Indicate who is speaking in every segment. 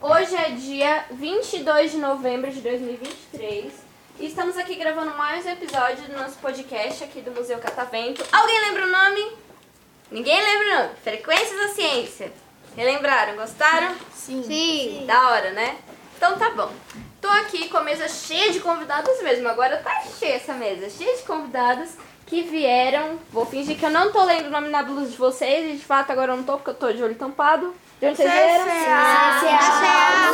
Speaker 1: Hoje é dia 22 de novembro de 2023 e estamos aqui gravando mais um episódio do nosso podcast aqui do Museu Catavento. Alguém lembra o nome? Ninguém lembra o nome. Frequências da Ciência. Relembraram? Gostaram?
Speaker 2: Sim.
Speaker 1: Da hora, né? Então tá bom. Tô aqui com a mesa cheia de convidados mesmo. Agora tá cheia essa mesa, cheia de convidados que vieram. Vou fingir que eu não tô lendo o nome na blusa de vocês e de fato agora eu não tô porque eu tô de olho tampado. De onde vocês vieram? Ah,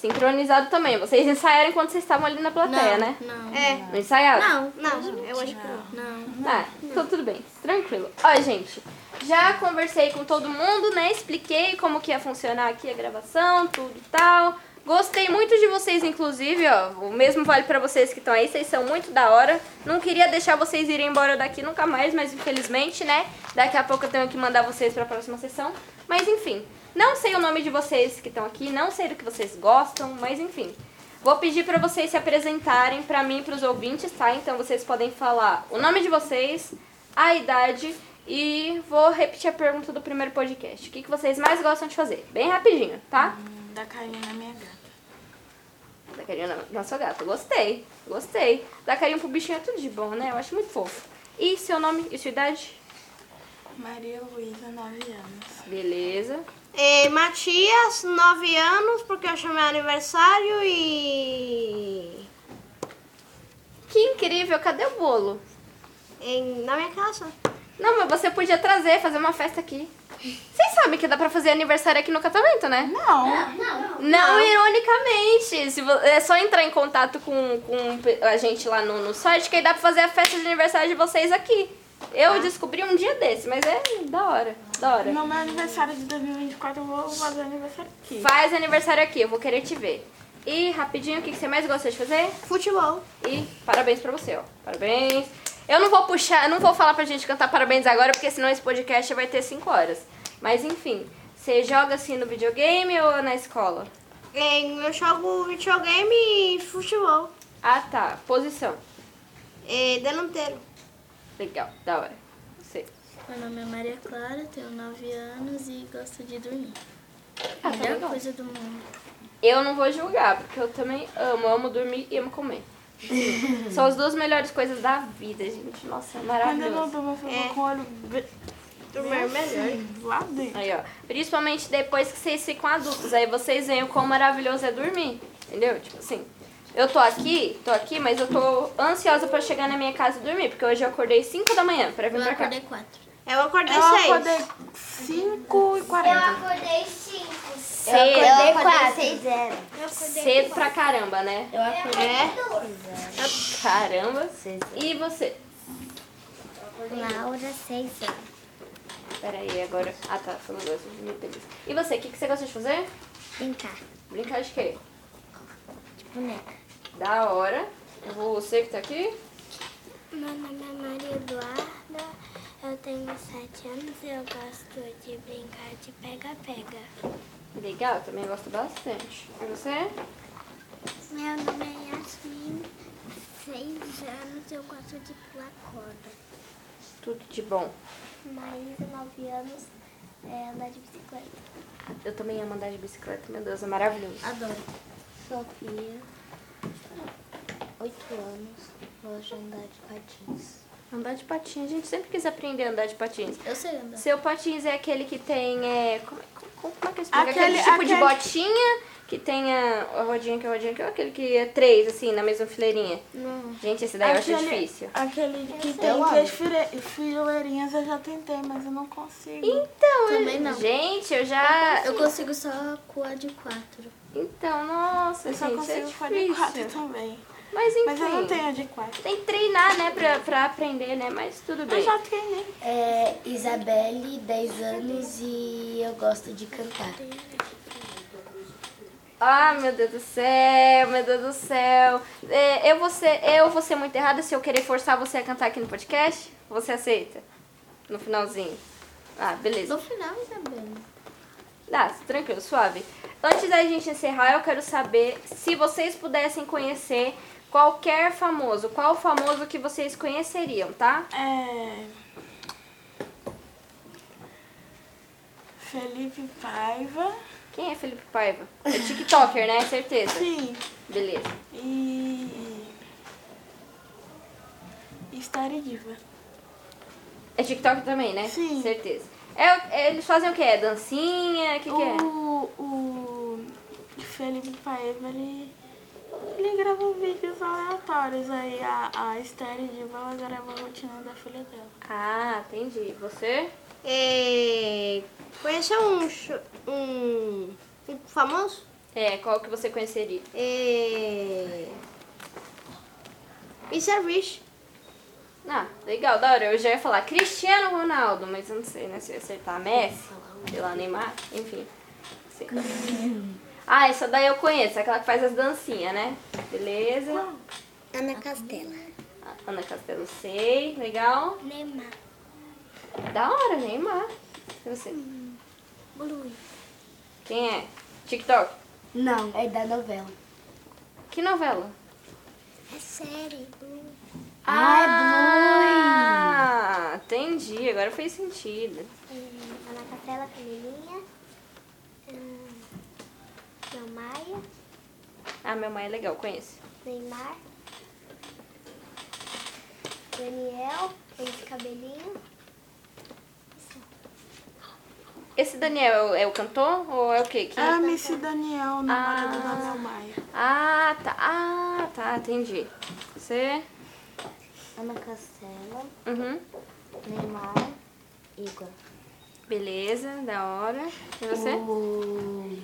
Speaker 1: Sincronizado também. Vocês ensaiaram enquanto vocês estavam ali na plateia, né?
Speaker 2: Não.
Speaker 3: É.
Speaker 1: Não ensaiaram?
Speaker 3: Não, não, eu acho que não.
Speaker 2: Não.
Speaker 1: Ah, então tudo bem, tranquilo. Ó, gente, já conversei com todo mundo, né? Expliquei como que ia funcionar aqui a gravação, tudo e tal. Gostei muito de vocês, inclusive, ó. O mesmo vale pra vocês que estão aí, vocês são muito da hora. Não queria deixar vocês irem embora daqui nunca mais, mas infelizmente, né? Daqui a pouco eu tenho que mandar vocês pra próxima sessão. Mas enfim, não sei o nome de vocês que estão aqui, não sei do que vocês gostam, mas enfim. Vou pedir pra vocês se apresentarem pra mim e para os ouvintes, tá? Então vocês podem falar o nome de vocês, a idade e vou repetir a pergunta do primeiro podcast. O que, que vocês mais gostam de fazer? Bem rapidinho, tá?
Speaker 2: Da Karina, minha gata.
Speaker 1: Da carinha na sua gata. Gostei, gostei. Da carinha pro bichinho é tudo de bom, né? Eu acho muito fofo. E seu nome e sua idade?
Speaker 2: Maria Luísa, 9 anos.
Speaker 1: Beleza.
Speaker 3: É, Matias, 9 anos, porque eu chamei aniversário e.
Speaker 1: Que incrível, cadê o bolo?
Speaker 3: em- na minha casa.
Speaker 1: Não, mas você podia trazer, fazer uma festa aqui. Vocês sabem que dá pra fazer aniversário aqui no catamento, né?
Speaker 2: Não.
Speaker 1: Não, ironicamente. Se vo- é só entrar em contato com, com pe- a gente lá no, no site, que aí dá pra fazer a festa de aniversário de vocês aqui. Eu descobri um dia desse, mas é da hora, da hora.
Speaker 2: No meu aniversário de 2024, eu vou fazer aniversário aqui.
Speaker 1: Faz aniversário aqui, eu vou querer te ver. E rapidinho, o que que você mais gosta de fazer?
Speaker 3: Futebol.
Speaker 1: E parabéns pra você, ó. Parabéns. Eu não vou puxar, não vou falar pra gente cantar parabéns agora, porque senão esse podcast vai ter 5 horas. Mas enfim, você joga assim no videogame ou na escola?
Speaker 3: Em- eu jogo videogame e futebol.
Speaker 1: Ah tá, posição.
Speaker 3: É, delanteiro.
Speaker 1: Legal, da hora. Você.
Speaker 4: Meu nome é Maria Clara, tenho 9 anos e gosto de dormir.
Speaker 1: Ah, tá
Speaker 4: Melhor
Speaker 1: legal.
Speaker 4: coisa do mundo.
Speaker 1: Eu não vou julgar, porque eu também amo, amo dormir e amo comer. São as duas melhores coisas da vida, gente. Nossa, é
Speaker 2: Quando eu não
Speaker 1: maravilhoso.
Speaker 2: durmo, eu fico com o olho bem
Speaker 3: Dormir é melhor.
Speaker 2: assim, lá dentro.
Speaker 1: Aí, ó. Principalmente depois que vocês ficam adultos, aí vocês veem o quão maravilhoso é dormir. Entendeu? Tipo assim, eu tô aqui, tô aqui, mas eu tô ansiosa pra chegar na minha casa e dormir, porque hoje eu acordei 5 da manhã pra vir
Speaker 4: Eu
Speaker 1: pra cá.
Speaker 4: acordei 4.
Speaker 3: Eu acordei
Speaker 2: Eu
Speaker 3: seis.
Speaker 2: acordei 5 e 40.
Speaker 5: acordei 5.
Speaker 3: É,
Speaker 1: Cedo,
Speaker 5: acordei 6 0.
Speaker 1: cedo pra caramba, né?
Speaker 4: Eu acordei
Speaker 3: É.
Speaker 1: Caramba. E você?
Speaker 5: Laura 6 0.
Speaker 1: Peraí, agora. Ah, tá. Foi um negócio de beleza. E você, o que, que você gosta de fazer?
Speaker 5: Brincar.
Speaker 1: Brincar de quê?
Speaker 5: Boneca.
Speaker 1: Da hora. Você que tá aqui?
Speaker 5: Meu nome é Maria Eduarda. Eu tenho 7 anos e eu gosto de brincar de pega-pega.
Speaker 1: Legal, eu também gosto bastante. E você?
Speaker 5: Meu nome é Yasmin. 6 anos eu gosto de pular corda.
Speaker 1: Tudo de bom.
Speaker 5: Maísa, 9 anos, é andar de bicicleta.
Speaker 1: Eu também amo andar de bicicleta, meu Deus, é maravilhoso.
Speaker 5: Sofia, 8 anos, gosto de andar de patins.
Speaker 1: Andar de patins, a gente sempre quis aprender a andar de patins.
Speaker 4: Eu sei andar.
Speaker 1: Seu patins é aquele que tem. É, como, como, como é que eu explico? Aquele,
Speaker 2: Aquele-
Speaker 1: tipo de
Speaker 2: aquele-
Speaker 1: botinha que tem a, a rodinha que a rodinha que ou aquele que é três, assim, na mesma fileirinha.
Speaker 2: Não.
Speaker 1: Gente, esse daí eu acho difícil.
Speaker 2: Aquele que tem três file- fileirinhas eu já tentei, mas eu não consigo.
Speaker 1: Então,
Speaker 4: Também
Speaker 1: eu-
Speaker 4: não.
Speaker 1: gente, eu já.
Speaker 4: Eu consigo só com a de 4.
Speaker 1: Então, nossa,
Speaker 2: eu só
Speaker 1: gente, é
Speaker 2: consigo
Speaker 1: difícil.
Speaker 2: 44 também.
Speaker 1: Mas enfim.
Speaker 2: Mas eu não tenho a de 4.
Speaker 1: Tem que treinar, né, pra, pra aprender, né? Mas tudo
Speaker 2: Eu
Speaker 1: bem.
Speaker 2: já treinei.
Speaker 6: É Isabelle, 10 anos e eu gosto de cantar.
Speaker 1: Ah, meu Deus do céu, meu Deus do céu. É, eu, vou ser, eu vou ser muito errada se eu querer forçar você a cantar aqui no podcast? Você aceita? No finalzinho. Ah, beleza.
Speaker 4: No final, Isabela.
Speaker 1: Dá, tranquilo, suave. Antes da gente encerrar, eu quero saber se vocês pudessem conhecer qualquer famoso, qual famoso que vocês conheceriam, tá?
Speaker 2: É... Felipe Paiva.
Speaker 1: Quem é Felipe Paiva? É TikToker, né? Certeza.
Speaker 2: Sim.
Speaker 1: Beleza.
Speaker 2: E... História Diva.
Speaker 1: É TikTok também, né?
Speaker 2: Sim.
Speaker 1: Certeza. É, o- é, eles fazem o quê? É dancinha? O que, que é?
Speaker 2: O, o Felipe Paiva, ele, ele grava vídeos aleatórios aí. A, a Esther Diva, ela grava a rotina da filha dela.
Speaker 1: Ah, entendi. Você?
Speaker 3: É, conheceu um, cho- um, um famoso?
Speaker 1: É, qual que você conheceria?
Speaker 3: É, Mr. Beast.
Speaker 1: Ah, legal, da hora. Eu já ia falar Cristiano Ronaldo, mas eu não sei, né? Se eu ia acertar Messi, sei lá, Neymar, enfim. Não sei. Ah, essa daí eu conheço, aquela que faz as dancinhas, né? Beleza.
Speaker 5: Ana Castela.
Speaker 1: A Ana Castelo, sei. Legal.
Speaker 5: Neymar.
Speaker 1: Da hora, Neymar. E você?
Speaker 5: Luiz.
Speaker 1: Quem é? TikTok?
Speaker 6: Não, é da novela.
Speaker 1: Que novela?
Speaker 5: É série. Blue.
Speaker 1: Ah, é entendi. Agora fez sentido.
Speaker 5: Hum, Ana Castela, Camilinha. Hum, João Maia.
Speaker 1: Ah, minha mãe é legal, conheço.
Speaker 5: Neymar. Daniel. Esse cabelinho.
Speaker 1: Esse Daniel é o, é o cantor ou é o quê? Quem é?
Speaker 2: É a Missy Daniel, namorada da Mel Maia.
Speaker 1: Ah, tá. Ah, tá. Entendi. Você?
Speaker 5: Ana Castela.
Speaker 1: Uhum.
Speaker 5: Neymar. Igor.
Speaker 1: Beleza, da hora. E você?
Speaker 6: O...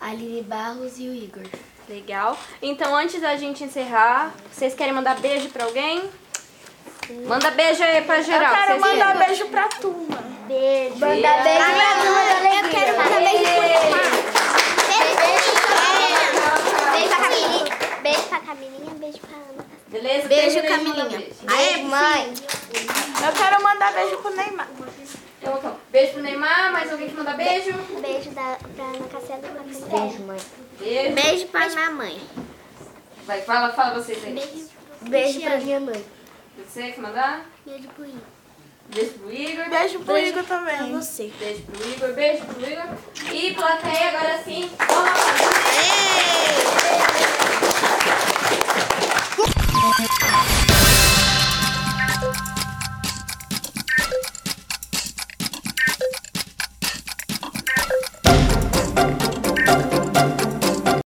Speaker 6: A Lili Barros e o Igor.
Speaker 1: Legal. Então, antes da gente encerrar, vocês querem mandar beijo pra alguém? Manda beijo aí pra geral. Eu quero mandar
Speaker 2: Beijo pra turma.
Speaker 5: Beijo.
Speaker 6: Manda beijo pra turma da alegria. Eu quero mandar
Speaker 5: Beijo pra Camilinha. Beijo pra Camilinha. Beijo pra Ana.
Speaker 1: Beleza?
Speaker 6: Beijo,
Speaker 1: termina aí de mandar
Speaker 6: Camilinha.
Speaker 1: beijo.
Speaker 5: Aê, mãe.
Speaker 2: Eu quero mandar beijo pro Neymar.
Speaker 1: Então, então, beijo pro Neymar. Mais alguém que manda beijo?
Speaker 5: Beijo da, pra Ana Castela e pra Camilinha. Beijo, mãe.
Speaker 1: Beijo.
Speaker 4: Beijo pra minha mãe.
Speaker 1: Vai, fala, fala vocês aí.
Speaker 6: Beijo pra minha mãe.
Speaker 1: Você que mandar?
Speaker 5: Beijo pro Igor.
Speaker 1: Beijo pro Igor.
Speaker 2: Beijo pro Igor também.
Speaker 1: Beijo pro Igor, beijo pro Igor. E plateia, agora sim. Vamos lá.
Speaker 3: É.